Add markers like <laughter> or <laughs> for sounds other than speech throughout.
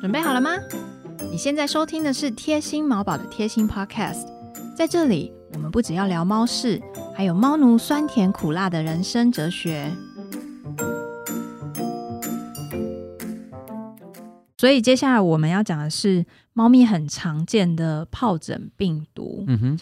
准备好了吗？你现在收听的是贴心毛宝的贴心 Podcast，在这里我们不只要聊猫事，还有猫奴酸甜苦辣的人生哲学。所以接下来我们要讲的是猫咪很常见的疱疹病毒。嗯哼，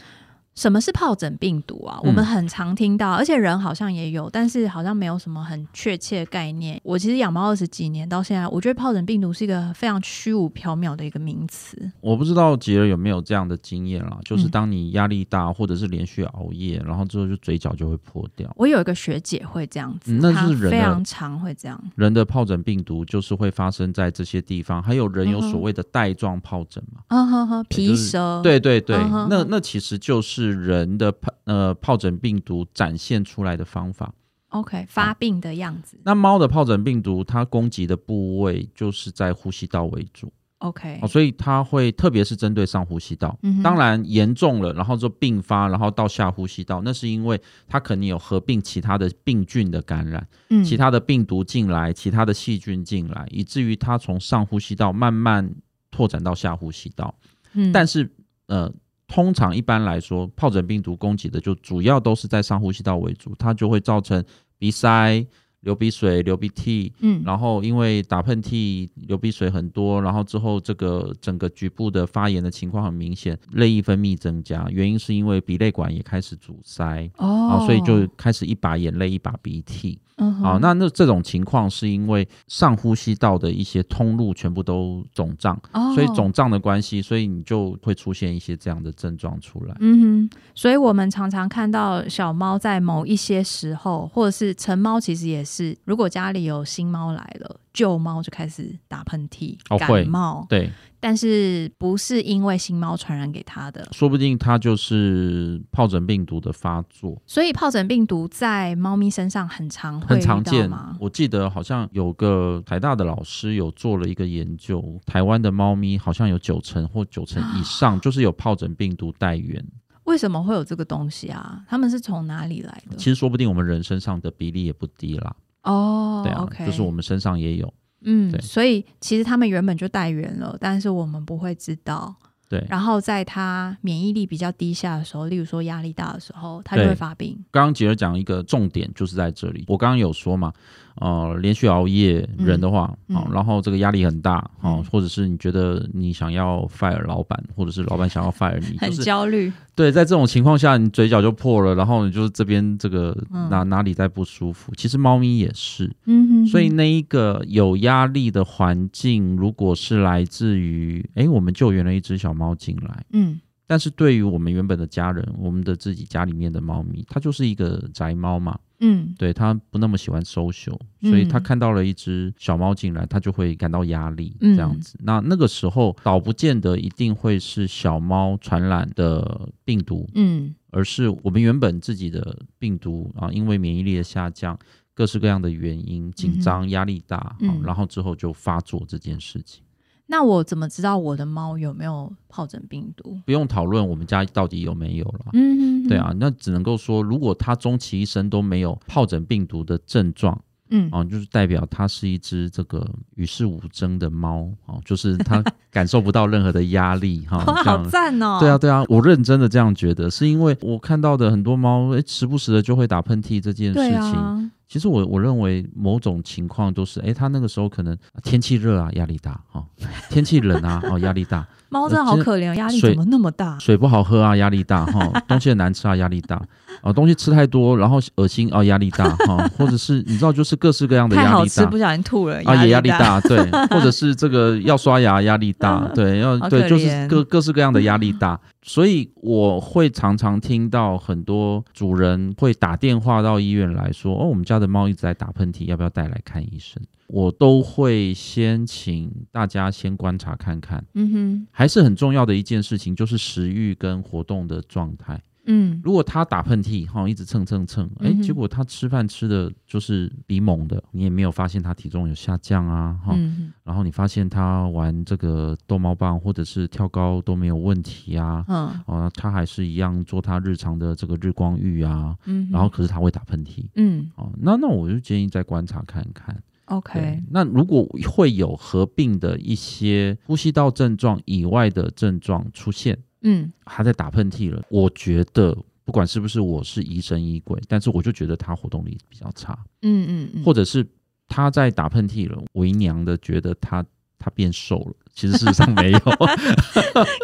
什么是疱疹病毒啊？嗯我们很常听到，而且人好像也有，但是好像没有什么很确切的概念。我其实养猫二十几年到现在，我觉得疱疹病毒是一个非常虚无缥缈的一个名词。我不知道杰儿有没有这样的经验啦，就是嗯当你压力大或者是连续熬夜，然后之后就嘴角就会破掉。我有一个学姐会这样子，嗯她那就是人的非常常会这样。人的疱疹病毒就是会发生在这些地方，还有人有嗯哼所谓的带状疱疹嘛？啊呵呵，对就皮是蛇，对对对，嗯哼那那其实就是人的疱呃疱疹病毒展现出来的方法。 ，OK，发病的样子那猫的疱疹病毒它攻击的部位就是在呼吸道为主， ，OK，哦，所以它会特别是针对上呼吸道。嗯哼当然严重了，然后就并发，然后到下呼吸道，那是因为它可能有合并其他的病菌的感染，嗯其他的病毒进来，其他的细菌进来，以至于它从上呼吸道慢慢拓展到下呼吸道。嗯但是呃，通常一般来说，疱疹病毒攻击的就主要都是在上呼吸道为主，它就会造成鼻塞、流鼻水、流鼻涕，嗯然后因为打喷嚏、流鼻水很多，然后之后这个整个局部的发炎的情况很明显，泪液分泌增加，原因是因为鼻泪管也开始阻塞。啊、哦，所以就开始一把眼泪一把鼻涕嗯哼啊、那那这种情况是因为上呼吸道的一些通路全部都肿胀，哦所以肿胀的关系，所以你就会出现一些这样的症状出来。嗯哼，所以我们常常看到小猫在某一些时候，或者是成猫，其实也是，如果家里有新猫来了，旧猫就开始打喷嚏、哦会感冒，对，但是不是因为新猫传染给它的。说不定它就是疱疹病毒的发作。所以疱疹病毒在猫咪身上很常会很常遇到见吗。？我记得好像有个台大的老师有做了一个研究，台湾的猫咪好像有九成或九成 <gasps> 以上就是有疱疹病毒带源。为什么会有这个东西啊？他们是从哪里来的其？实说不定我们人身上的比例也不低啦，哦，对啊 o k 就是我们身上也有。嗯，对所以其实他们原本就带源了，但是我们不会知道。对，然后在它免疫力比较低下的时候，例如说压力大的时候，它就对会发病。刚刚杰儿讲一个重点就是在这里，我刚刚有说嘛，呃，连续熬夜嗯人的话，嗯哦，然后这个压力很大，哦，嗯或者是你觉得你想要 fire 老板，或者是老板想要 fire <laughs> 你，很就是焦虑，对，在这种情况下，你嘴角就破了，然后你就是这边这个嗯哪、哪里在不舒服。其实猫咪也是，嗯哼所以那一个有压力的环境，如果是来自于诶，我们救援了一只小猫进来，嗯，但是对于我们原本的家人，我们的自己家里面的猫咪，它就是一个宅猫嘛，嗯对，它不那么喜欢 social，所以它嗯看到了一只小猫进来，它就会感到压力，嗯这样子。那那个时候，倒不见得一定会是小猫传染的病毒，嗯而是我们原本自己的病毒啊，因为免疫力的下降，各式各样的原因，紧张、压力大、啊嗯然后之后就发作这件事情。那我怎么知道我的猫有没有疱疹病毒？不用讨论我们家到底有没有了。嗯哼哼对，啊，那只能够说，如果它终其一生都没有疱疹病毒的症状嗯， <laughs> 啊，就是代表它是一只这个与世无争的猫啊，就是它 <laughs> 感受不到任何的压力哈、哇，这样好赞哦！对啊，，对啊，我认真的这样觉得，是因为我看到的很多猫，诶时不时的就会打喷嚏这件事对情。啊，其实我我认为某种情况都是，诶，它那个时候可能天气热啊，压力大哦；天气冷啊， <laughs> 哦，压力大；猫真的呃好可怜哦，压力怎么那么大？水不好喝啊，压力大哈、哦；东西很难吃啊，压力大；哦，东西吃太多，然后恶心哦，压力大哈、哦；或者是你知道，就是各式各样的太啊压好力吃，大不。小心吐了，啊，也压力力。大，对， <laughs> 或者是这个要刷牙压力大，对，要嗯好可对，就怜嗯是各各式各样的压力大，所以我会常常听到很多主人会打电话到医院来说，哦，我们家的猫一直在打喷嚏，要不要带来看医生？我都会先请大家先观察看看，嗯哼，还是很重要的一件事情，就是食欲跟活动的状态。嗯如果它打喷嚏，哈、一直蹭蹭蹭，哎、嗯哼结果它吃饭吃的就是比猛的，你也没有发现它体重有下降啊，哈、嗯然后你发现它玩这个逗猫棒或者是跳高都没有问题啊，嗯啊、它还是一样做它日常的这个日光浴啊，嗯，然后可是它会打喷嚏，嗯哦，那那我就建议再观察看看， OK，对，那如果会有合并的一些呼吸道症状以外的症状出现，嗯，他在打喷嚏了，我觉得不管是不是我是疑神疑鬼，但是我就觉得他活动力比较差，嗯嗯嗯，或者是他在打喷嚏了，为娘的觉得他他变瘦了，其实事实上没 <laughs> 有， <laughs>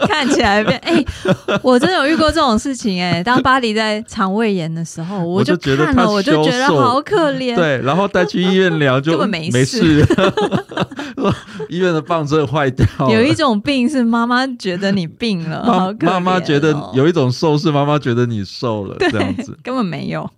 看起来变哎、我真的有遇过这种事情哎、当巴黎在肠胃炎的时 <laughs> 候，我就就觉得看他了，我就消觉得瘦好可怜。对，然后带去医院量 <laughs> 就根本没没事事， <laughs> 医院的棒针坏掉了，有一种病是妈妈觉得你病了，好妈可怜哦、妈妈觉得有一种瘦是妈妈觉得你瘦了这样子，根本没有，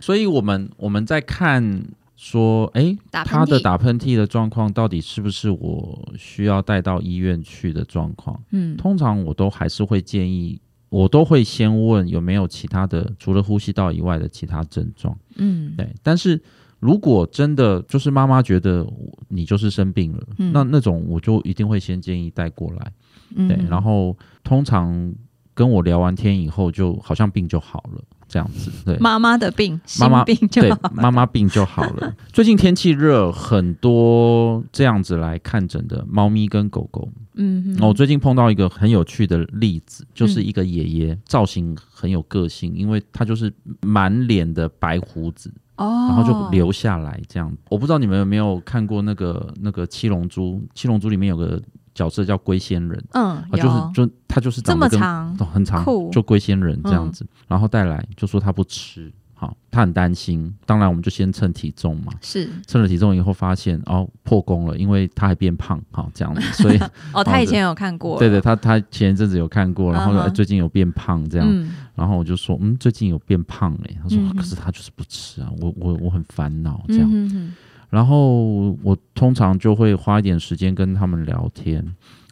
所以我们我们在看说，诶，打喷嚏他的打喷嚏的状况到底是不是我需要带到医院去的状况？嗯通常我都还是会建议，我都会先问有没有其他的除了呼吸道以外的其他症状。嗯对，但是如果真的就是妈妈觉得你就是生病了，嗯那那种我就一定会先建议带过来。嗯对，然后通常跟我聊完天以后，就好像病就好了，这样子。对，妈妈的病，妈妈心病就对好，妈妈病就好了。最近天气热，很多这样子来看诊的猫咪跟狗狗。嗯哦我、最近碰到一个很有趣的例子，就是一个爷爷，造型很有个性，因为他就是满脸的白胡子，哦，然后就留下来这样。我不知道你们有没有看过那个那个七龙珠，七龙珠里面有个角色叫龟仙人。嗯，啊，有就是就他就是这长么得跟长，都很长酷，嗯就龟仙人这样子，然后带来就说他不吃，好，他很担心。当然，我们就先称体重嘛，是哦称了体重以后发现哦破功了，因为他还变胖，好这样子，所以哦，好他的以前有看过，对对，，他他前一阵子有看过，然后说、嗯哼哎最近有变胖这样，嗯然后我就说嗯最近有变胖哎、他说、嗯啊哼可是他就是不吃啊，我我我很烦恼这样，嗯哼哼然后我通常就会花一点时间跟他们聊天，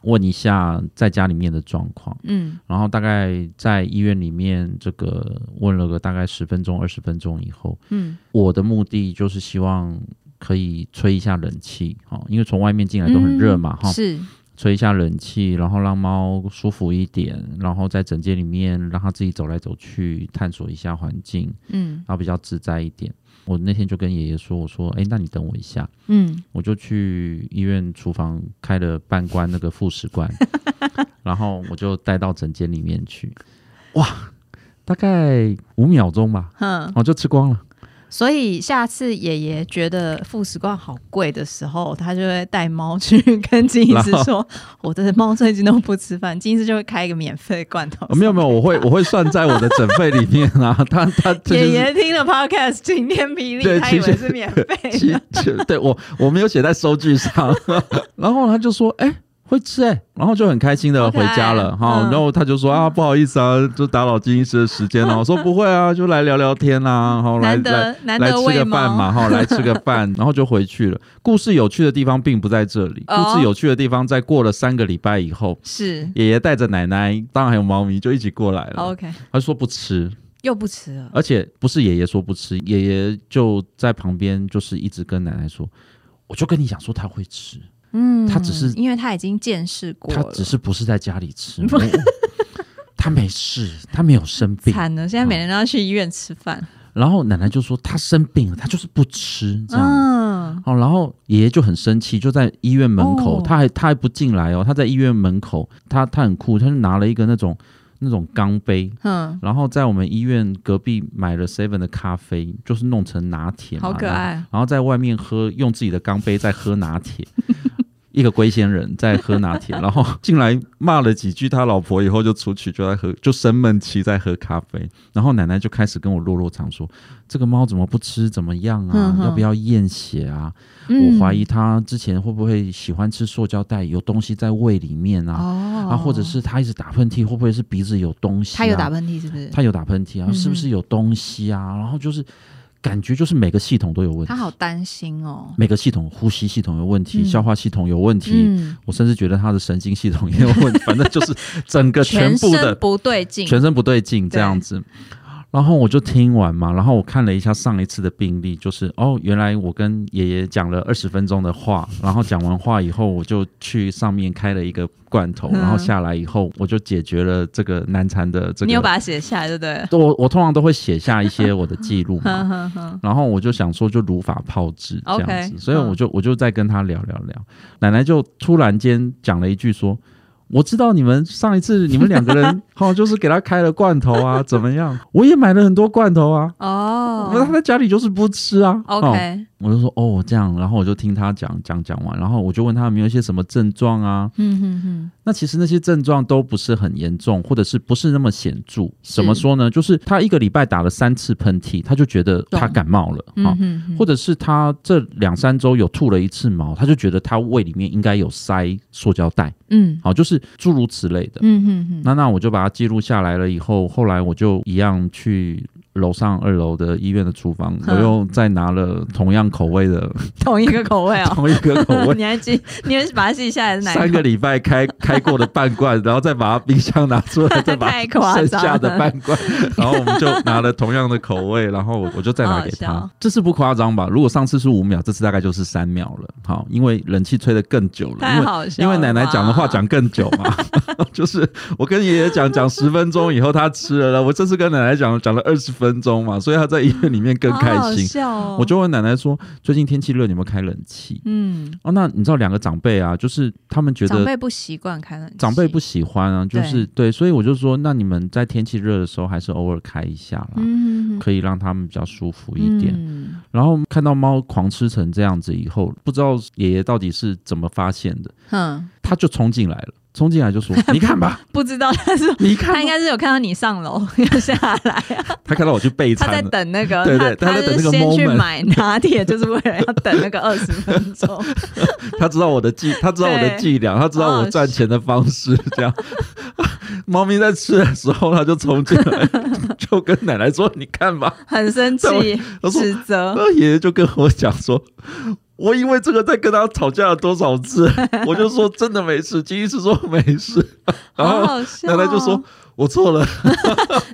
问一下在家里面的状况。嗯然后大概在医院里面，这个问了个大概十分钟、二十分钟以后，嗯我的目的就是希望可以吹一下冷气，哈、因为从外面进来都很热嘛，哈、是吹一下冷气，然后让猫舒服一点，然后在诊间里面让它自己走来走去，探索一下环境，嗯然后比较自在一点。我那天就跟爷爷说，我说，哎，那你等我一下，嗯我就去医院厨房开了半罐那个副食 <laughs> 罐，然后我就带到诊间里面去，哇，大概五秒钟吧，哦哼，我就吃光了。所以下次爷爷觉得副食罐好贵的时候，他就会带猫去跟金医师然后说：“我的猫最近都不吃饭。”金医师就会开一个免费罐头。哦没有没有，我会我会算在我的诊费里面啊，他他这爷就是。爷听了 podcast 晴天霹雳，对他以为其实是免费 <laughs> 其的。其对我我没有写在收据上， <laughs> 然后他就说，哎、会吃哎、然后就很开心的好可回爱家了哈、嗯然后他就说啊，不好意思啊，就打扰金医师的时间了。我说不会啊，就来聊聊天啊，然后来难来得难来得吃喂个饭猫嘛，哈，来吃个饭，然后就回去了。故事有趣的地方并不在这里，哦故事有趣的地方在过了三个礼拜以后，是爷爷带着奶奶，当然还有猫咪，就一起过来了。 OK，他说不吃，又不吃了。而且不是爷爷说不吃，爷爷就在旁边，就是一直跟奶奶说，我就跟你讲说他会吃，嗯，他只是因为他已经见识过他了，只是不是在家里 <laughs> 吃，我我他没事，他没有生病。惨了，现在每天都要去医院吃饭。然后奶奶就说他生病了，他就是不吃这样。嗯，好，然后爷爷就很生气，就在医院门口，哦他还他还不进来哦，他在医院门口，他他很酷，他就拿了一个那种那种钢杯，嗯，然后在我们医院隔壁买了 seven 的咖啡，就是弄成拿铁嘛，好可然后。爱。然后在外面喝，用自己的钢杯在喝拿铁。 <laughs> 一个龟仙人在喝拿铁，然后进来骂了几句他老婆以后就出去，就在喝，就生闷气在喝咖啡。然后奶奶就开始跟我落落长说：“这个猫怎么不吃？怎么样啊？嗯哼嗯要不要验血啊？我怀疑它之前会不会喜欢吃塑胶袋，有东西在胃里面嗯啊？哦啊，或者是它一直打喷嚏，会不会是鼻子有东西、啊？他有打喷嚏是不是？他有打喷嚏啊，嗯是不是有东西啊？然后就是感觉就是每个系统都有问题他，好担心哦。每个系统呼吸系统有问题，嗯消化系统有问题，嗯，我甚至觉得他的神经系 <laughs> 统也有问题，反正就是整个全全部身的不对劲，全身不对劲这样子。然后我就听完嘛，然后我看了一下上一次的病例，就是哦，原来我跟爷爷讲了二十分钟 <laughs> 的话，然后讲完话以后，我就去上面开了一个罐头，嗯然后下来以后，我就解决了这个难缠的这个。你有把它写下来，对不对？我我通常都会写下一些我的记 <laughs> 录嘛，哼哼哼，然后我就想说，就如法炮制这 OK，样子，所以嗯我就我就再跟他聊聊聊。奶奶就突然间讲了一句说：“我知道你们上一次你们两个 <laughs> 人哦，就是给他开了罐头啊，怎么样？我也买了很多罐头啊，那他哦在家里就是不吃啊。哦，OK，我就说：“哦，这样。”然后我就听他讲讲讲完，然后我就问他有没有一些什么症状啊？嗯哼哼，那其实那些症状都不是很严重，或者是不是那么显著。怎么说呢？就是他一个礼拜打了三次喷嚏，他就觉得他懂感冒了啊。嗯哼哼，或者是他这两三周有吐了一次毛，他就觉得他胃里面应该有塞塑胶袋，嗯好，就是诸如此类的。嗯哼哼，那那我就把它记录下来了，以后后来我就一样去楼上二楼的医院的 <laughs> 厨房，我嗯又再拿了同样口味的同一个口味哦。同一个口 <laughs> 味。你还记？你还把它记下来是哪一三个礼拜开 <laughs> 开过的半罐，然后再把它冰箱拿出来，再把 <laughs> 太夸张剩下的半罐，然后我们就拿了同样的口味，然后我就再拿给好好他笑。这次不夸张吧？如果上次是五秒，这次大概就是三秒了。好，因为冷气吹得更久了，太因为好笑因了吧为奶奶讲的话讲更久嘛， <laughs> 就是我跟爷爷讲讲十分钟以后他吃了，然后我这次跟奶奶讲讲了二十分钟嘛，所以他在医院里面更开好好心。笑哦我就问奶奶说：“最近天气热，你有没有开冷气？”嗯，哦，那你知道两个长辈啊，就是他们觉长得辈不习惯开冷气，长辈不喜欢啊，就是对，所以我就说，那你们在天气热的时候还是偶尔开一下啦，嗯哼哼，可以让他们比较舒服一点。嗯然后看到猫狂吃成这样子以后，不知道爷爷到底是怎么发现的，哼，他就冲进来了，冲进来就说：“你看吧，不知道，但是你看他应吧。该是有看到你上楼 <laughs> 要下来，”他看到我去备他在餐了。等那个，对对他他在就等是那个先去 moment 买拿铁， <laughs> 就是为了要等那个二十分 <laughs> 钟。他知道我的伎，他知道我的对伎俩，他知道我赚钱的方式。这样， <laughs> 猫咪在吃的时候，他就冲进来， <laughs> 就跟奶奶说：“你看吧。”很生气他，说指责。那爷爷就跟我讲说，我因为这个在跟他吵架了多少次，我就说真的没事，第一次说没事，然好后好笑奶哦奶就说我错了，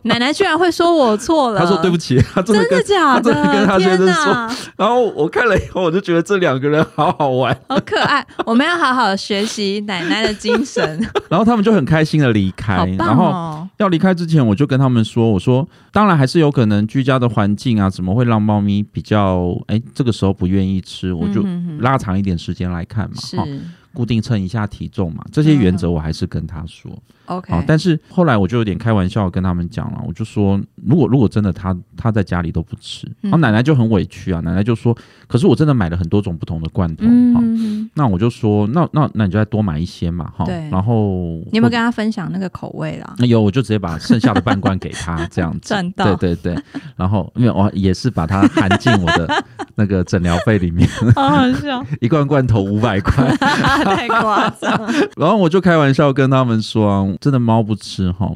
奶奶居然会说我错了，他说对不起，起，他真的真跟的，假的？他真的跟他先天生哪，然后我看了以后，我就觉得这两个人好好玩，好可爱，我们要好好学习奶奶的精 <laughs> 神， <laughs> 然后他们就很开心的离开，好然棒后。嗯哦，要离开之前，我就跟他们说：“我说，当然还是有可能居家的环境啊，怎么会让猫咪比较哎、这个时候不愿意吃？我就嗯哼哼拉长一点时间来看嘛，哈是固定称一下体重嘛，这些原则我还是跟他说。嗯 OK，好，但是后来我就有点开玩笑跟他们讲了，我就说，如果如果真的他他在家里都不吃，然后嗯奶奶就很委屈啊，奶奶就说，可是我真的买了很多种不同的罐头，嗯哈、哼哼，那我就说，那那那你就再多买一些嘛，哈对，然后呃你有没有跟他分享那个口味 <laughs> 啦？有，我就直接把剩下的半罐给 <laughs> 他，这样子，赚到对对对，然后因为我也是把它含进我的那个诊疗费里面， <laughs> 好好笑，一罐罐头五百块， <laughs> 太夸张了。然后我就开玩笑跟他们说、啊，真的猫不吃哈，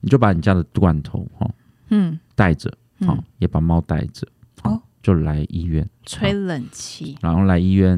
你就把你家的罐头哈嗯，带着，嗯好、也把猫带着，好、哦就来医院，吹冷气，然后来医院，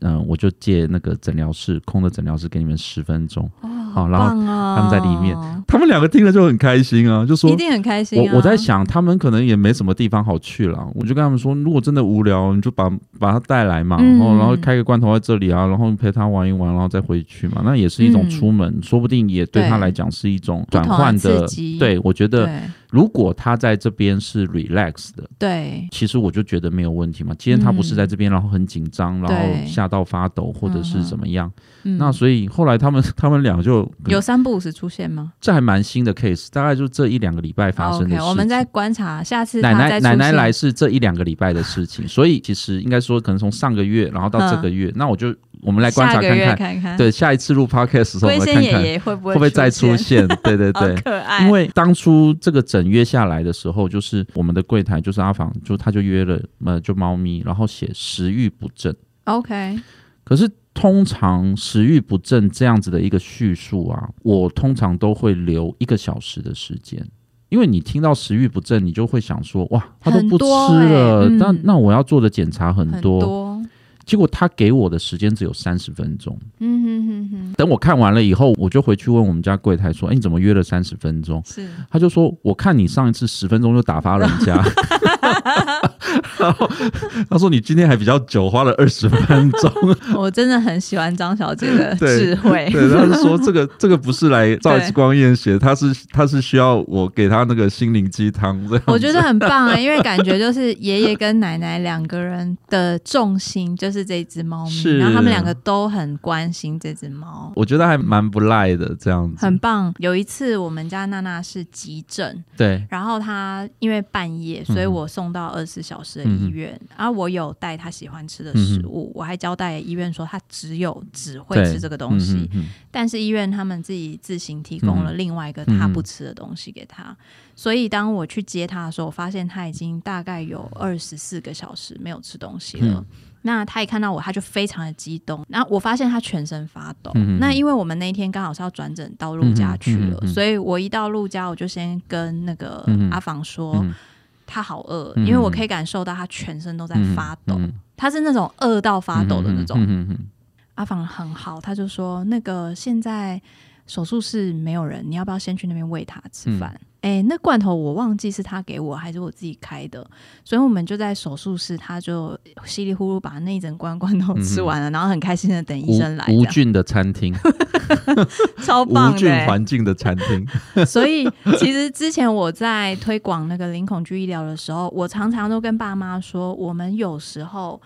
嗯、我就借那个诊疗室空的诊疗室给你们十分哦钟，好，然后棒哦他们在里面他们两个听了就很开心啊，就说一。定很开心、啊。我我在想，他们可能也没什么地方好去了，我就跟他们说，如果真的无聊，你就把把它带来嘛，然后嗯然后开个罐头在这里啊，然后陪它玩一玩，然后再回去嘛，那也是一种嗯出门，说不定也对对他来讲是一种同转的换刺的激。对，我觉得对如果他在这边是 relax 的，对，其实我就觉得没有问题嘛。今天他不嗯是在这边，然后很紧张，然后吓到发抖，或者是怎么样。嗯那所以后来他们他们俩就有三不五时出现吗？这还蛮新的 case，大概就这一两个礼拜发哦生的事哦 OK，情。我们再观察，下次奶他再奶出奶奶现来是这一两个礼拜的事情，所以其实应该说可能从上个月，然后到这个月，那我就我们来观嗯察下个看月看，看看，对下一次录 podcast 的时候我龟们来仙看爷看爷会不会会不会再出现？现。对 <laughs> 对对好，可爱，因为当初这个整约下来的时候，就是我们的柜台就是阿房，就他就约了呃就猫咪，然后写食欲不振。 OK，可是通常食欲不振这样子的一个叙述啊，我通常都会留一个小时的时间。因为你听到食欲不振，你就会想说，哇，他都不吃很多了，欸嗯那那我要做的检查很很多，多结果他给我的时间只有三十分钟。嗯哼哼哼，等我看完了以后，我就回去问我们家柜台说：“哎，你怎么约了三十分钟？”是他就说：“我看你上一次十分钟就打发人 <laughs> 家。”然后他说：“你今天还比较久，花了二十分钟。我真的很喜欢张小姐的 <laughs> 对智”慧，对，他是说这个这个不是来照 X 哎 <laughs> 对光验血，他是他是需要我给他那个心灵鸡汤这样。 <laughs> 我觉得很棒啊、因为感觉就是爷爷跟奶奶两个人的重心就是这只猫咪，是然后他们两个都很关心这只猫。 <laughs> 我觉得还蛮不赖的这样子。很棒。有一次我们家娜娜是急诊，对，然后她因为半夜，嗯所以我送到二十四小时的医院。然后我有带她喜欢吃的食物，我还交代医院说她只有只会嗯对吃这个东西。嗯嗯但是医院他们自己自行提供了另外一个他不吃的东西给他，所以当我去接他的时候，我发现他已经大概有二十四个小时没有吃东西了。嗯那他一看到我，他就非常的激动。那我发现他全身发抖。嗯嗯嗯那因为我们那一天刚好是要转诊到陆家去了，嗯嗯嗯嗯所以我一到陆家，我就先跟那个嗯嗯阿房说，嗯他好饿，嗯嗯因为我可以感受到他全身都在嗯发抖，嗯他是那种饿到发抖的那种。嗯嗯嗯嗯阿房很好，他就说那个现在手术室没有人，你要不要先去那边喂他吃饭？嗯哎、那罐头我忘记是他给我还是我自己开的，所以我们就在手术室，他就稀里糊涂把那一整罐罐头吃完了，然后很开心的等医生来，无这嗯无样菌的餐厅，超 <laughs> 无棒的菌欸、环境的 <laughs> 餐厅。所以其实之前我在推广那个零恐惧医疗的时候，我常常都跟爸妈说，我们有时候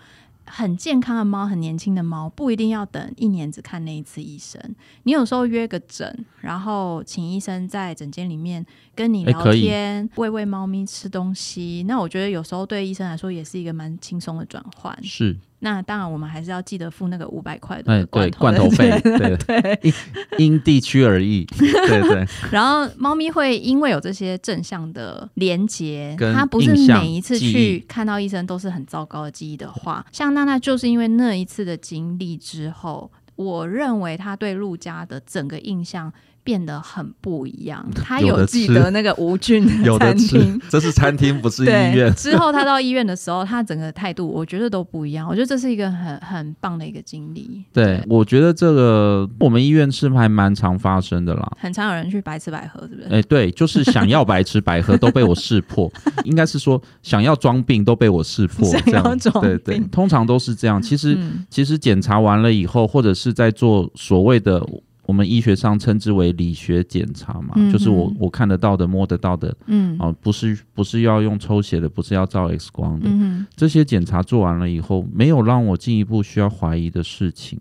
很健康的猫、很年轻的猫，不一定要等一年只看那一次医生。你有时候约个诊，然后请医生在诊间里面跟你哎聊可以天，喂喂猫咪吃东西。那我觉得有时候对医生来说也是一个蛮轻松的转换。是，那当然，我们还是要记得付那个五百块哎的，对，罐罐头费， <laughs> 对对，因因地区而 <laughs> 异，对对，然后猫咪会因为有这些正向的连结，跟它不是印象每一次记忆去看到医生都是很糟糕的记忆的话，像娜娜就是因为那一次的经历之后，我认为她对陆家的整个印象。变得很不一 <laughs> 样，她有的记吃得那个无菌 <laughs> 有的餐吃厅，，这是餐厅，不是医对院。之后她到医院的时候，她整个态度我觉得都不一样。我觉得这是一个很很棒的一个经历，对，我觉得这个我们医院是还蛮常发生的啦。很常有人去白吃白喝，是不是？哎，对，就是想要白吃白喝都被我识破，应该是说想要装病都被我识破，想这要样装对对，病通常都是这样。其实嗯其实检查完了以后，或者是在做所谓的我们医学上称之为理学检查嘛，嗯哼就是我我看得到的、摸得到的嗯啊、不是不是要用抽血的，不是要照 X 光的，嗯哼这些检查做完了以后，没有让我进一步需要怀疑的事情。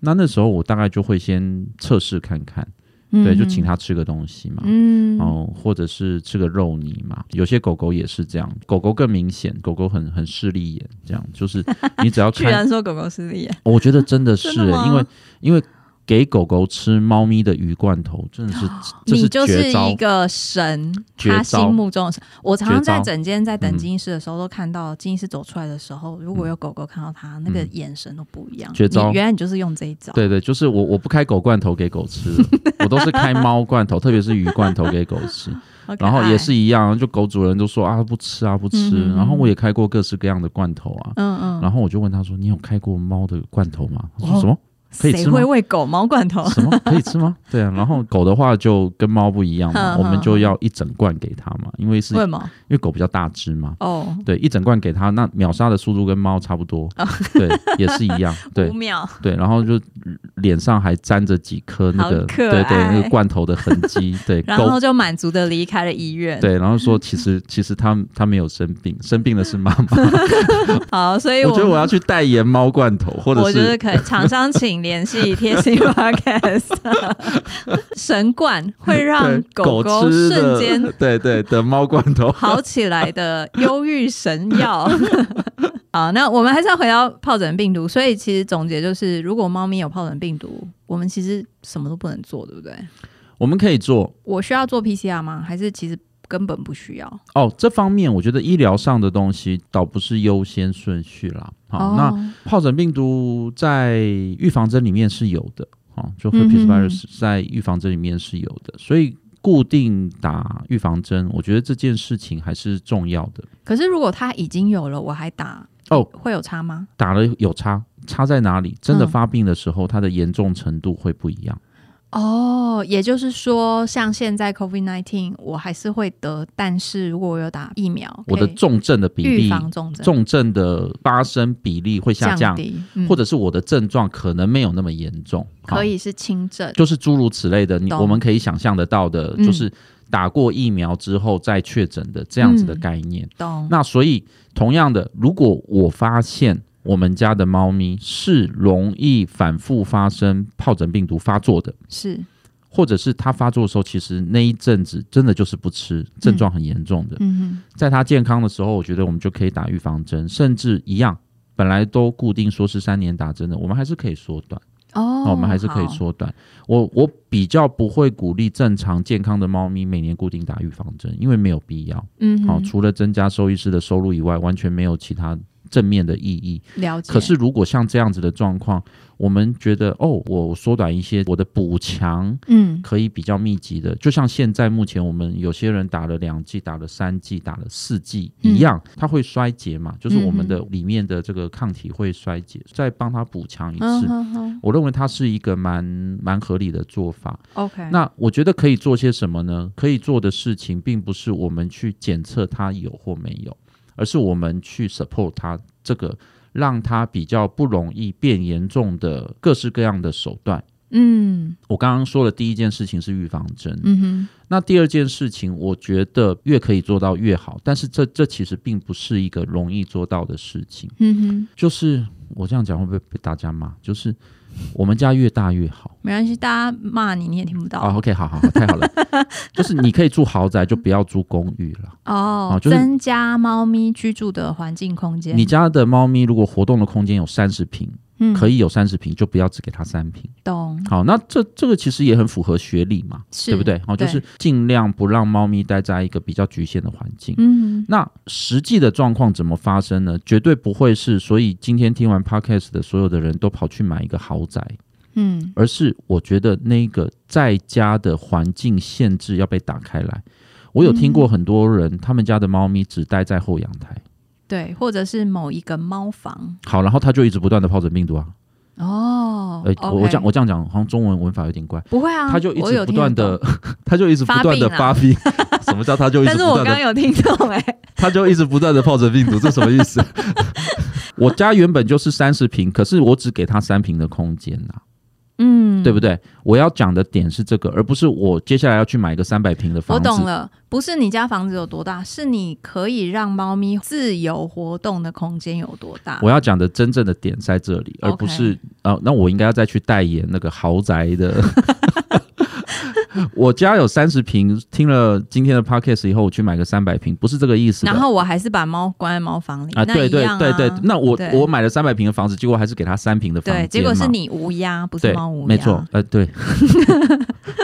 那那时候我大概就会先测试看看，嗯对，就哼请他吃个东西嘛，嗯哦，或者是吃个肉泥嘛。有些狗狗也是这样，狗狗更明显，狗狗很很势利眼，这样 <laughs> 就是你只要居看然说狗狗是利眼，我觉得真的是、真的吗因为因为给狗狗吃猫咪的鱼罐头，真的是这哦你是就是绝招一。个神，绝招他心目中的神。我常常在绝招嗯整间在等金医师的时候，都看到金医师走出来的时候，如果有狗狗看到他，那个眼神都不一样。嗯绝招你原来你就是用这一招。对对，就是我我不开狗罐头给狗吃 <laughs> 了，我都是开猫罐头，特别是鱼罐头给狗吃。 <laughs> 好可爱，然后也是一样，就狗主人就说啊不吃啊不吃。嗯哼然后我也开过各式各样的罐头啊。嗯嗯，然后我就问他说：“你有开过猫的罐头吗？”他说：“哦什么可以吃谁吗会喂狗猫罐头？什么可以吃吗？”对啊。然后狗的话就跟猫不一样嘛，哼我哼们就要一整罐给它嘛，因为是 <laughs> 为因什么？为狗比较大只嘛。哦，对，一整罐给他，那秒杀的速度跟猫差不多，对，也是一 <laughs> 样，对五秒，对，然后就脸上还沾着几颗那个，好可对对，那爱个罐头的痕 <laughs> 迹，对，然狗后就满足的离开了医院。对，然后说其实其实他他没有生病，生病的是妈 <laughs> 妈，好，所以我觉得我要去代言猫罐头，或者哎我觉得是可以，厂商请联系 <laughs> 贴心 Podcast。神罐会让对狗狗吃瞬的间， <laughs> 对对的猫罐 <laughs> 头，好起来的忧郁神药。 <laughs> 好，那我们还是要回到疱疹病毒，所以其实总结就是，如果猫咪有疱疹病毒，我们其实什么都不能做，对不对？我们可以做我需要做 PCR 吗？还是其实根本不需要？哦。这方面我觉得医疗上的东西倒不是优先顺序啦。好，哦那疱疹病毒在预防针里面是有的，哦，就嗯 herpes 哼 virus 在预防针里面是有的，所以固定打预防针，我觉得这件事情还是重要的。可是如果它已经有了，我还打，哦会有差吗？打了有差，差在哪里？真的嗯发病的时候，它的严重程度会不一样。哦，也就是说，像现在 COVID nineteen 我还是会得，但是如果我有打疫苗，我的可以重症的比预例，防重症重症的发生比例会下降，低，嗯或者是我的症状可能没有那么严重。可啊，以是轻症。就是诸如此类的，你懂我们可以想象得到的，嗯就是打过疫苗之后再确诊的这样子的概念。懂那所以，同样的，如果我发现我们家的猫咪是容易反复发生疱疹病毒发作的，是或者是它发作的时候，其实那一阵子真的就是不吃，症状很严重的，嗯在它健康的时候，我觉得我们就可以打预防针，甚至一样。本来都固定说是三年打针的，我们还是可以缩短，哼哦那，我们还是可以好缩短。我我比较不会鼓励正常健康的猫咪每年固定打预防针，因为没有必要。嗯哼好、除了增加兽医师的收入以外，完全没有其他正面的意义。了解。可是如果像这样子的状况，我们觉得哦，我缩短一些我的补强。嗯可以比较密集的，就像现在目前我们有些人打了两剂、打了三剂、打了四剂嗯一样，它会衰竭嘛，就是我们的里面的这个抗体会衰竭，再帮它补强一嗯次。哼哼我认为它是一个蛮蛮合理的做法。 ，OK，那我觉得可以做些什么呢？可以做的事情，并不是我们去检测它有或没有，而是我们去 support 它这个，让它比较不容易变严重的各式各样的手段。嗯我刚刚说的第一件事情是预防针，嗯那第二件事情，我觉得越可以做到越好，但是这这其实并不是一个容易做到的事情。哼嗯哼，就是我这样讲会不会被大家骂？就是我们家越大越好。没关系，大家骂你你也听不哦到，OK，好好好，太好 <laughs> 了。就是你可以住豪宅，就不要住公寓了。哦哦，就是增加猫咪居住的环境空间，你家的猫咪如果活动的空间有三十平，嗯可以有三十平，就不要只给它三平。懂好，那这这个其实也很符合学理嘛，是对不对？好、对就是尽量不让猫咪待在一个比较局限的环境。嗯哼那实际的状况怎么发生呢？绝对不会是，所以今天听完 podcast 的所有的人都跑去买一个豪宅，嗯而是我觉得那个在家的环境限制要被打开来。我有听过很多人，他们家的猫咪只待在后阳台，对，或者是某一个猫房好，然后它就一直不断的疱疹病毒啊。哦呃，我我 OK 这样我这样讲，好像中文文法有点怪。不会啊，它就一我直有不听得断的懂，， <laughs> 它就一直不断的发啊发病。 <laughs> 什么叫它就一直但不是我断刚刚的？有听懂哎、它就一直不断的疱疹病毒，这 <laughs> 什么意思？我家原本就是三十平，可是我只给它三平的空间呐、嗯，对不对？我要讲的点是这个，而不是我接下来要去买一个三百平的我房子。懂了，不是你家房子有多大，是你可以让猫咪自由活动的空间有多大。我要讲的真正的点在这里，而不是呃，那我应该要再去代言那个豪宅的。 <laughs> 我家有三十平，听了今天的 podcast 以后，我去买个三百平，不是这个意思的。然后我还是把猫关在猫房里，啊，那对一对样啊对对，那我对我买了三百平的房子，结果还是给他三平的房对，间嘛结果是你无压，不是对猫无压，没错，。呃， <laughs> 对，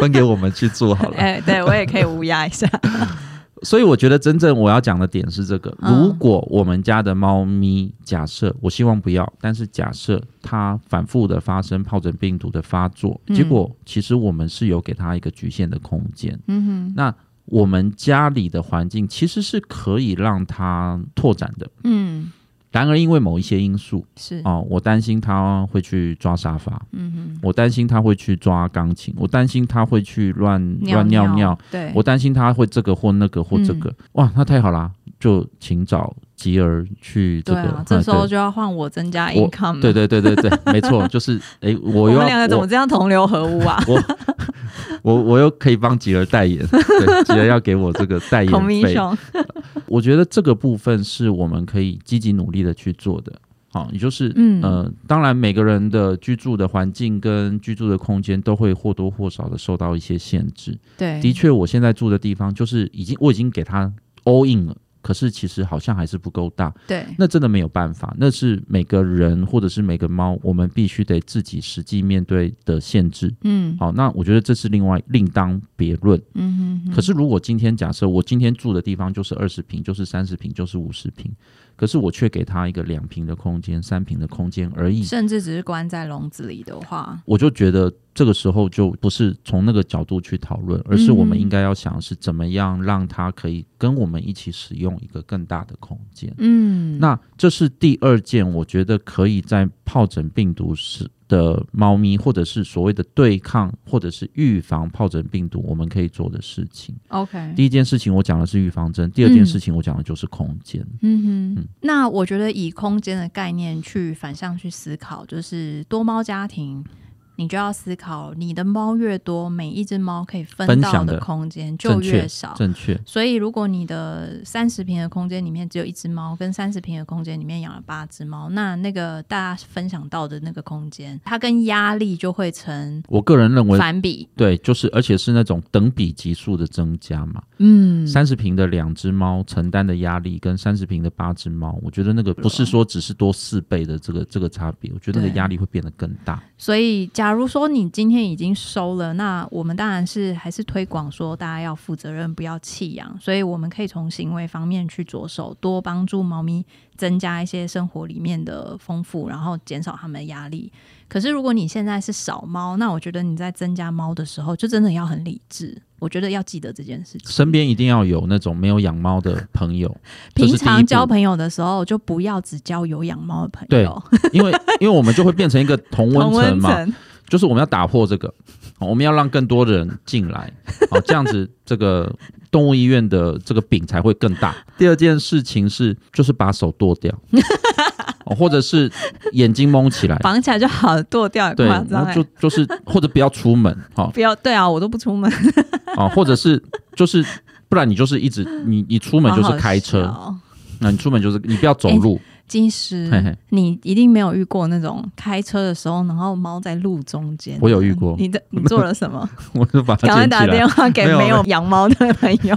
分给我们去做好了。哎、 <laughs> 对我也可以无压一下。所以我觉得真正我要讲的点是这个：嗯如果我们家的猫咪，假设我希望不要，但是假设它反复的发生疱疹病毒的发作，嗯结果其实我们是有给它一个局限的空间。嗯那我们家里的环境其实是可以让它拓展的，哼，嗯，然而因为某一些因素是，哦、我担心它会去抓沙发，嗯哼，我担心它会去抓钢琴，我担心它会去乱乱尿尿尿，，对，嗯我担心他会这个或那个或这个，哇，那太好啦，就请找吉儿去这对个。啊啊，这时候就要换我增加我 income，对对，对对对对对，没错，就是诶，我我又们两个要怎么我这样同流合污 <laughs> 啊我我又可以帮吉儿代言，对，吉儿要给我这个代言费。 <laughs> ？Commission，我觉得这个部分是我们可以积极努力的去做的。好，也就是，嗯呃，当然每个人的居住的环境跟居住的空间都会或多或少的受到一些限制。对，的确，我现在住的地方就是已经我已经给它 all in 了，可是其实好像还是不够大，对，那真的没有办法，那是每个人或者是每个猫，我们必须得自己实际面对的限制。嗯好，那我觉得这是另外另当别论。嗯哼哼，可是如果今天假设我今天住的地方就是二十平，就是三十平，就是五十平，可是我却给它一个两平的空间、三平的空间而已，甚至只是关在笼子里的话，我就觉得这个时候就不是从那个角度去讨论，而是我们嗯应该要想是怎么样让它可以跟我们一起使用一个更大的空间。嗯，那这是第二件，我觉得可以在疱疹病毒时的猫咪，或者是所谓的对抗或者是预防疱疹病毒，我们可以做的事情。 OK，第一件事情我讲的是预防针，第二件嗯事情我讲的就是空间。嗯哼嗯，那我觉得以空间的概念去反向去思考，就是多猫家庭，你就要思考你的猫越多，每一只猫可以分分到享的的空间就正越确少。正确，所以，如果你的三十平的空间里面只有一只猫，跟三十平的空间里面养了八只猫，那那个大家分享到的那个空间，它跟压力就会成我个人认为反比。对，就是而且是那种等比级数的增加嘛。嗯，三十平的两只猫承担的压力跟三十平的八只猫，我觉得那个不是说只是多四倍的这个这个差别，我觉得那个对压力会变得更大。所以，假如说你今天已经收了，那我们当然是还是推广说大家要负责任，不要弃养。所以，我们可以从行为方面去着手，多帮助猫咪增加一些生活里面的丰富，然后减少它们的压力。可是，如果你现在是少猫，那我觉得你在增加猫的时候，就真的要很理智。我觉得要记得这件事情。身边一定要有那种没有养猫的朋友，<laughs> 这平是第一常步交朋友的时候，就不要只交有养猫的朋对友。因为因为我们就会变成一个同温同层温 <laughs> 嘛，哎层，就是我们要打破这个，好我们要让更多的人进 <laughs> 来，好，这样子这个动物医院的这个饼才会更大。第二件事情是，就是把手剁 <laughs> 掉，哦或者是眼睛蒙起来，绑起来就好了，剁掉也对，夸张、然后欸。就就是或者不要出门，好不要对啊，我都不出门。啊，或者是就是。不然你就是一直你你出门就是开车，好好笑哦那、你出门就是你不要走路，金石，嘿嘿你一定没有遇过那种开车的时候，然后猫在路中间。我有遇过 <laughs> 你的你做了什 <laughs> 么？我就把它哎赶快捡打起来电，话给没有没有养猫的朋 <laughs> 友，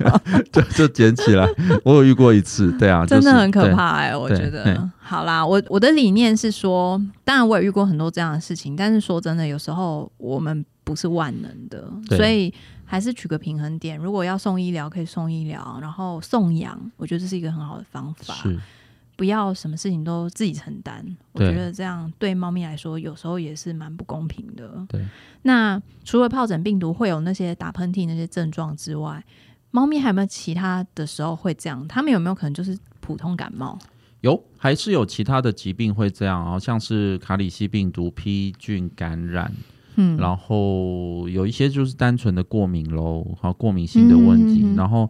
就就捡起来。我有遇过一次，对啊，真的就是很可对怕哎、我对觉对得。好啦，我我的理念是说，当然我也遇过很多这样的事情，但是说真的，有时候我们不是万能的，对所以还是取个平衡点。如果要送医疗，可以送医疗，然后送养，我觉得这是一个很好的方法。是不要什么事情都自己承担。我对觉得这样对猫咪来说，有时候也是蛮不公平的。对，那除了疱疹病毒会有那些打喷嚏那些症状之外，猫咪还有没有其他的时候会这样？它们有没有可能就是普通感冒？有，还是有其他的疾病会这样啊，像是卡里西病毒、披菌感染，嗯，然后有一些就是单纯的过敏喽，嗯还有过敏性的问题，嗯嗯嗯嗯然后。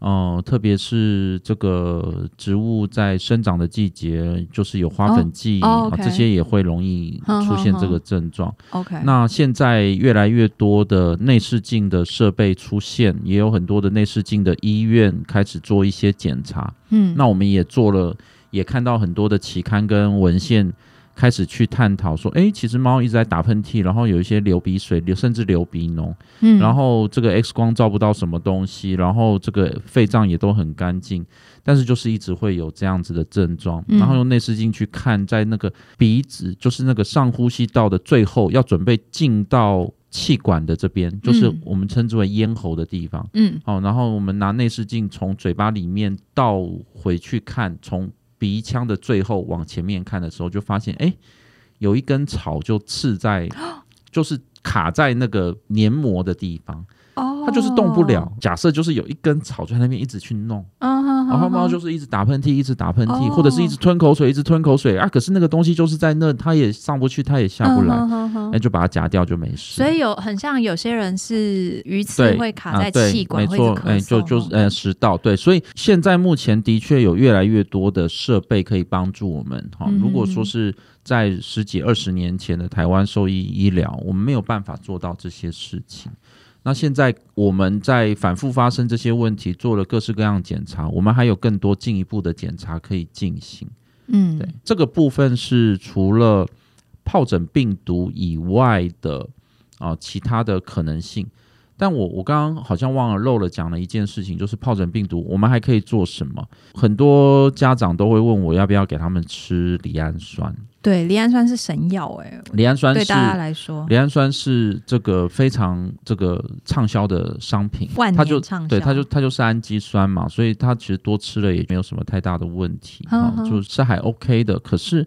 呃，特别是这个植物在生长的季节，就是有花粉季、哦哦啊 OK 嗯这些也会容易哼出哼现哼这个症状。 OK，那现在越来越多的内视镜的设备出现，也有很多的内视镜的医院开始做一些检查。嗯那我们也做了，也看到很多的期刊跟文献开始去探讨说，诶，其实猫一直在打喷嚏，然后有一些流鼻水，流甚至流鼻脓，嗯然后这个 X 光照不到什么东西，然后这个肺脏也都很干净，但是就是一直会有这样子的症状，嗯然后用内视镜去看，在那个鼻子，就是那个上呼吸道的最后，要准备进到气管的这边，就是嗯我们称之为咽喉的地方。嗯哦，然后我们拿内视镜从嘴巴里面倒回去看，从鼻腔的最后往前面看的时候，就发现哎，诶有一根草就刺在，就是卡在那个黏膜的地方，哦它就是动不了。，假设就是有一根草就在那边一直去弄，嗯，哦然后猫就是一直打喷嚏，一直打喷嚏，或者是一直吞口水，一直吞口水啊。可是那个东西就是在那，它也上不去，它也下不来，嗯哼哼哼那就把它夹掉就没事。所以有很像有些人是鱼刺对，会卡啊在对气管，没错，会一直咳就嗽就是呃食道，对，所以现在目前的确有越来越多的设备可以帮助我们哈、嗯如果说是在十几二十年前的台湾兽医医疗，我们没有办法做到这些事情。那现在我们在反复发生这些问题，做了各式各样的检查，我们还有更多进一步的检查可以进行。嗯对，这个部分是除了疱疹病毒以外的啊、其他的可能性。但我我刚刚好像忘了漏了讲了一件事情，就是疱疹病毒我们还可以做什么？很多家长都会问我要不要给他们吃赖氨酸，对，离氨酸是神药哎，赖氨酸对是大家来说，赖氨酸是这个非常这个畅销的商品，万它就年畅销，对，它就它就是氨基酸嘛，所以它其实多吃了也没有什么太大的问题，嗯哈、嗯就是还 OK 的。可是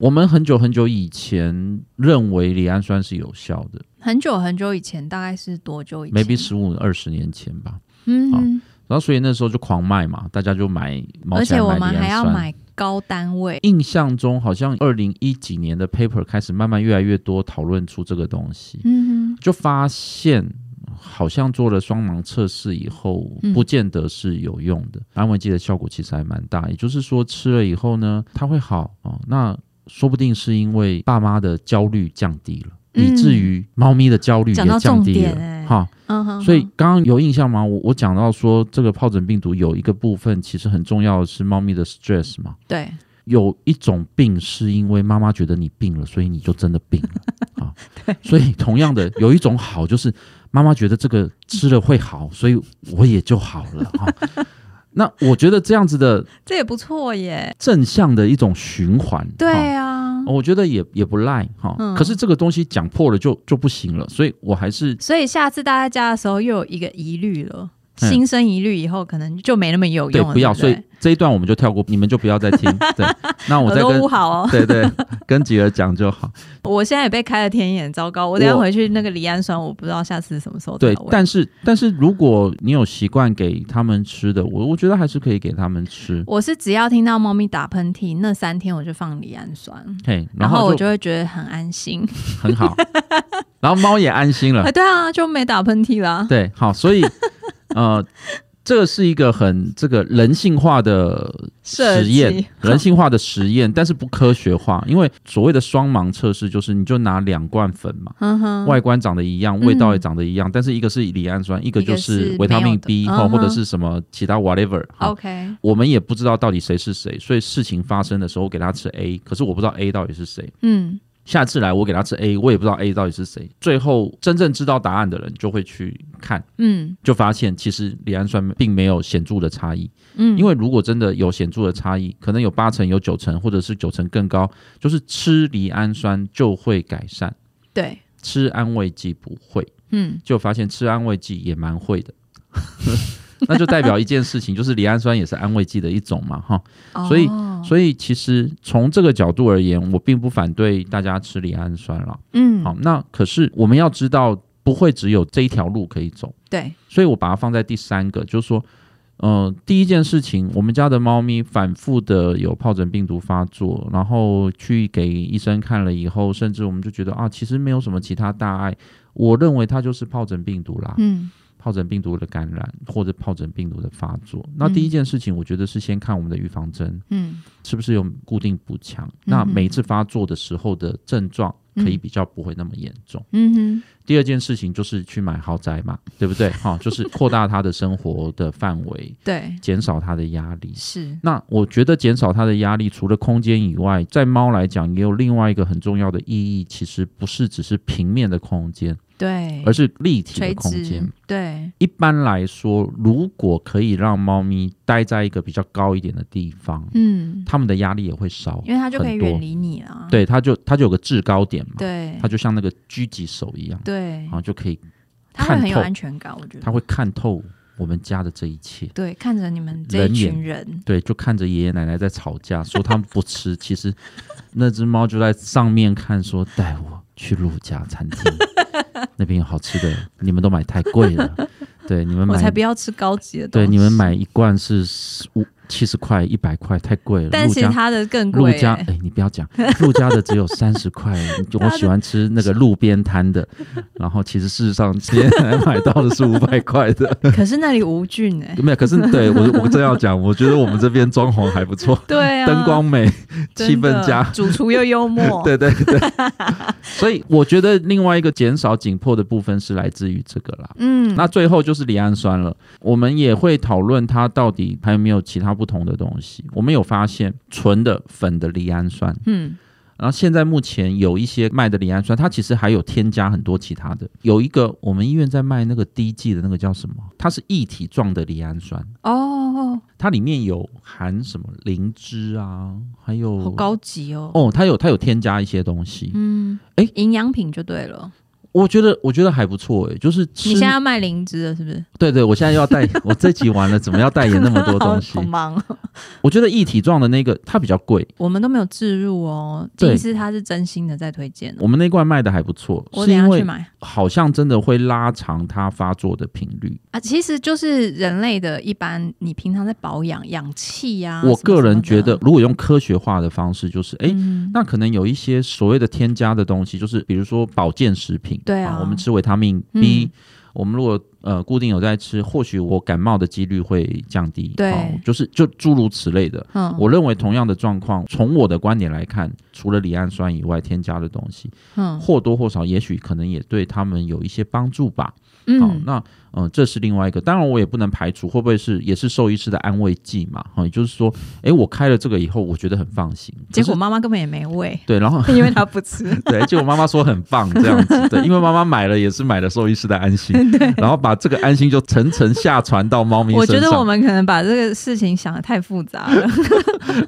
我们很久很久以前认为赖氨酸是有效的很久很久以前，大概是多久以前，maybe 十五二十年前吧。嗯哼，然后所以那时候就狂卖嘛，大家就买毛而起且来我买们赖还氨要酸。买高单位，印象中好像二零一几年的 paper 开始慢慢越来越多讨论出这个东西，嗯哼，就发现好像做了双盲测试以后嗯，不见得是有用的，安慰剂的效果其实还蛮大。也就是说，吃了以后呢，它会好哦。那说不定是因为爸妈的焦虑降低了，嗯以至于猫咪的焦虑讲到也降重低点了。欸哈， <laughs> 嗯哼，所以刚刚有印象吗？我我讲到说，这个疱疹病毒有一个部分其实很重要的是猫咪的 stress 嘛。对，有一种病是因为妈妈觉得你病了，所以你就真的病 <laughs> 了啊。所以同样的，有一种好就是妈妈觉得这个吃了会好，所以我也就好了啊。 <laughs> 那我觉得这样子的这也不错耶，正向的一种循环，对啊啊，我觉得也也不赖哈。嗯可是这个东西讲破了就就不行了，所以我还是所以下次大家加的时候又有一个疑虑了，嗯心生疑虑以后可能就没那么有对用了，不要。对所以对这一段我们就跳过，你们就不要再听。对，那我耳再朵跟捂好哦， <laughs> 对对跟吉儿讲就好。我现在也被开了天眼，糟糕！我等一下我回去那个离氨酸，我不知道下次什么时候再对喂，但是但是如果你有习惯给他们吃的，我我觉得还是可以给他们吃。我是只要听到猫咪打喷嚏，那三天我就放离氨酸，嘿，然后我就会觉得很安心。很好， <laughs> 然后猫也安心了 <laughs> 哎，。对啊，就没打喷嚏啦。嗯对，好，所以呃，这个是一个很这个人性化的设实计 <laughs> 验，人性化的实验，但是不科学化，因为所谓的双盲测试就是你就拿两罐粉嘛。嗯哼，外观长得一样，嗯味道也长得一样，但是一个是赖氨酸，一个就一个是是维他没有命的 B 嗯哈，哼或者是什么其他 whatever 哈。 OK，我们也不知道到底谁是谁，所以事情发生的时候我给他吃 A，可是我不知道 A 到底是谁。嗯，下次来我给他吃 A，我也不知道 A 到底是谁。最后真正知道答案的人就会去看，嗯就发现其实赖氨酸并没有显著的差异。嗯，因为如果真的有显著的差异，可能有八成、有九成，或者是九成更高，就是吃赖氨酸就会改善，对，吃安慰剂不会。嗯就发现吃安慰剂也蛮会的， <laughs> 那就代表一件事情，就是赖氨酸也是安慰剂的一种嘛，哈。所以哦所以其实从这个角度而言，我并不反对大家吃赖氨酸啦。嗯，好，那可是我们要知道，不会只有这一条路可以走，对，所以我把它放在第三个，就是说。呃，第一件事情，我们家的猫咪反复的有疱疹病毒发作，然后去给医生看了以后，甚至我们就觉得啊，其实没有什么其他大碍，我认为它就是疱疹病毒啦。嗯疱疹病毒的感染或者疱疹病毒的发作。那第一件事情，我觉得是先看我们的预防针嗯是不是有固定补强，那每一次发作的时候的症状可以比较不会那么严重。嗯第二件事情就是去买豪宅嘛，对不对？ <laughs> 哈、就是扩大他的生活的范围哼，，对，减少他的压力。是，那我觉得减少它的压力，除了空间以外，在猫来讲也有另外一个很重要的意义，其实不是只是平面的空间，对，而是立体的垂空间直。，对，一般来说，如果可以让猫咪待在一个比较高一点的地方，嗯，它们的压力也会少，因为它就可以很多远离你啦。对，它就它就有个制高点嘛，对它就像那个狙击手一样，对然，后就可以，它会很有看透安全感，我觉它得。会看透我们家的这一切。对，看着你们这一人眼群人，对，就看着爷爷奶奶在吵架，说他们不吃，其实那只猫就在上面看，说带我去陆家餐 <laughs> 厅，那边有好吃的，你们都买太贵了，对，你们我买才不要吃高级的东西。对，你们买一罐是十五七十块、一百块，太贵了。但其陆实家它的更陆贵、家，欸哎、，你不要讲，陆家的只有三 <laughs> 十块。你我喜欢吃那个路边摊的，然后其实事实上今天来买到的是五百块的。可是那里无菌 <laughs> 哎、没有，可是对我我正要讲，我觉得我们这边装潢还不错，对啊，灯光美，真气的氛佳。主厨又幽默， <laughs> 对对 <laughs> 对，所以我觉得另外一个减少紧迫的部分是来自于这个啦。嗯，那最后就是赖氨酸了，我们也会讨论它到底还有没有其他不同的东西。我们有发现纯的粉的赖氨酸，嗯然后现在目前有一些卖的赖氨酸，它其实还有添加很多其他的。有一个我们医院在卖那个滴剂的那个叫什么？它是液体状的赖氨酸，哦，它里面有含什么灵芝啊，还有好高级哦，哦，它有它有添加一些东西。嗯，哎营养品就对了，我觉得我觉得还不错诶，就是吃你现在要卖灵芝了，是不 <laughs> 是？对对，我现在又要代言， <laughs> 我这集完了，怎么要代言那么多 <laughs> 东西好？忙哦，我觉得一体状的那个它比较贵，我们都没有置入哦。对金丝他是真心的在推荐哦，我们那罐卖的还不错，我是等一因下去为买好像真的会拉长它发作的频率。啊。其实就是人类的一般，你平常在保养氧气呀、我啊什么个什么人的觉得，，如果用科学化的方式，就是诶，嗯那可能有一些所谓的添加的东西，就是比如说保健食品，对啊我们吃维他命 B，、我们如果呃固定有在吃，或许我感冒的几率会降低，对哦就是就诸如此类的。嗯，我认为同样的状况，从我的观点来看，除了赖氨酸以外添加的东西，嗯或多或少也许可能也对他们有一些帮助吧。好、嗯，那嗯、呃这是另外一个，当然我也不能排除会不会是也是兽医师的安慰剂嘛？哈、也就是说，诶，我开了这个以后，我觉得很放心。结可果是妈妈根本也没 <laughs>，喂对， <laughs> 然后因为她不 <laughs> 吃。对，结果妈妈说很棒这样子，对，因为妈妈买了也是买了兽医师的安心，然后把这个安心就层层下传到猫咪身上，我觉得我们可能把这个事情想的太复杂 <laughs> 了，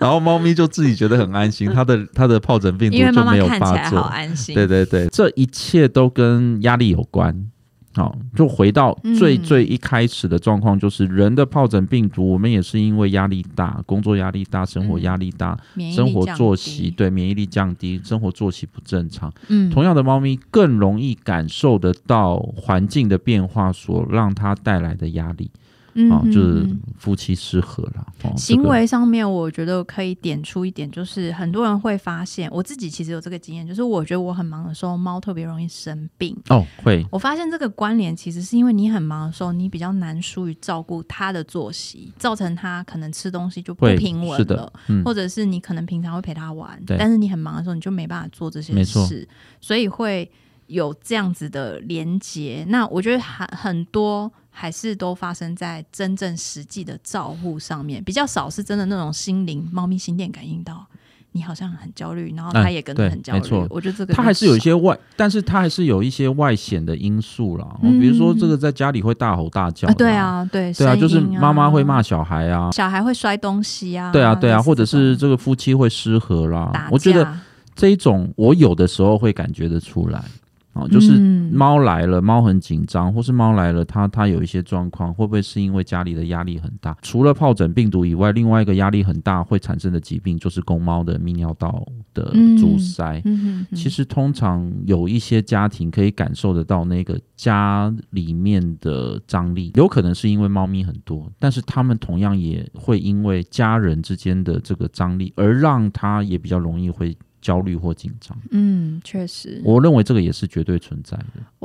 然后猫咪就自己觉得很安心，它的它的疱疹病毒因为妈就妈没有看起发来好作，安心。对对对，这一切都跟压力有关。好、就回到最嗯最一开始的状况，就是人的疱疹病毒，我们也是因为压力大、工作压力大、生活压力大、嗯免疫力生活降作息低，对免疫力降低，生活作息不正常。嗯，同样的，猫咪更容易感受得到环境的变化所让它带来的压力嗯啊、嗯就是嗯夫妻失和啦。哦、行这个为上面，我觉得可以点出一点，就是很多人会发现，我自己其实有这个经验，就是我觉得我很忙的时候，猫特别容易生病。哦会我发现这个关联其实是因为你很忙的时候，你比较难疏于照顾它的作息，造成它可能吃东西就不会平稳是了的，，嗯或者是你可能平常会陪它玩，对但是你很忙的时候你就没办法做这些没错事，所以会有这样子的连结。那我觉得很很多还是都发生在真正实际的照护上面，比较少是真的那种心灵猫咪心电感应到。你好像很焦虑，然后它哎也跟着对很焦虑。没错我觉得这个它还是有一少些外，但是它还是有一些外显的因素啦。哦嗯比如说这个在家里会大吼大叫、啊，对，啊，对，对啊，声就是音妈妈会啊骂小孩啊，小孩会摔东西啊，对啊，对啊，类似或者是这这个夫妻会失和啦种打。我觉得架这一种我有的时候会感觉得出来哦，就是嗯猫来了，猫很紧张，或是猫来了，它它有一些状况，会不会是因为家里的压力很大？除了疱疹病毒以外，另外一个压力很大会产生的疾病就是公猫的泌尿道的嗯阻塞。嗯哼哼其实通常有一些家庭可以感受得到那个家里面的张力，有可能是因为猫咪很多，但是他们同样也会因为家人之间的这个张力，而让他也比较容易会焦虑或紧张。嗯，确实，我我认为这个也是绝对存在的。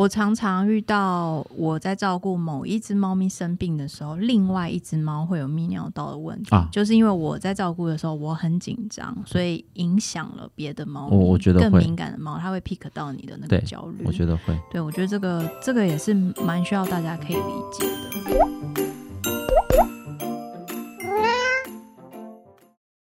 常常遇到我在照顾某一只猫咪生病的时候，另外一只猫会有泌尿道的问题，啊就是因为我在照顾的时候我很紧张，所以影响了别的猫咪，我我觉得更会敏感的猫，它会 pick 到你的那个对焦虑。我觉得会。对，我觉得这个这个也是蛮需要大家可以理解的。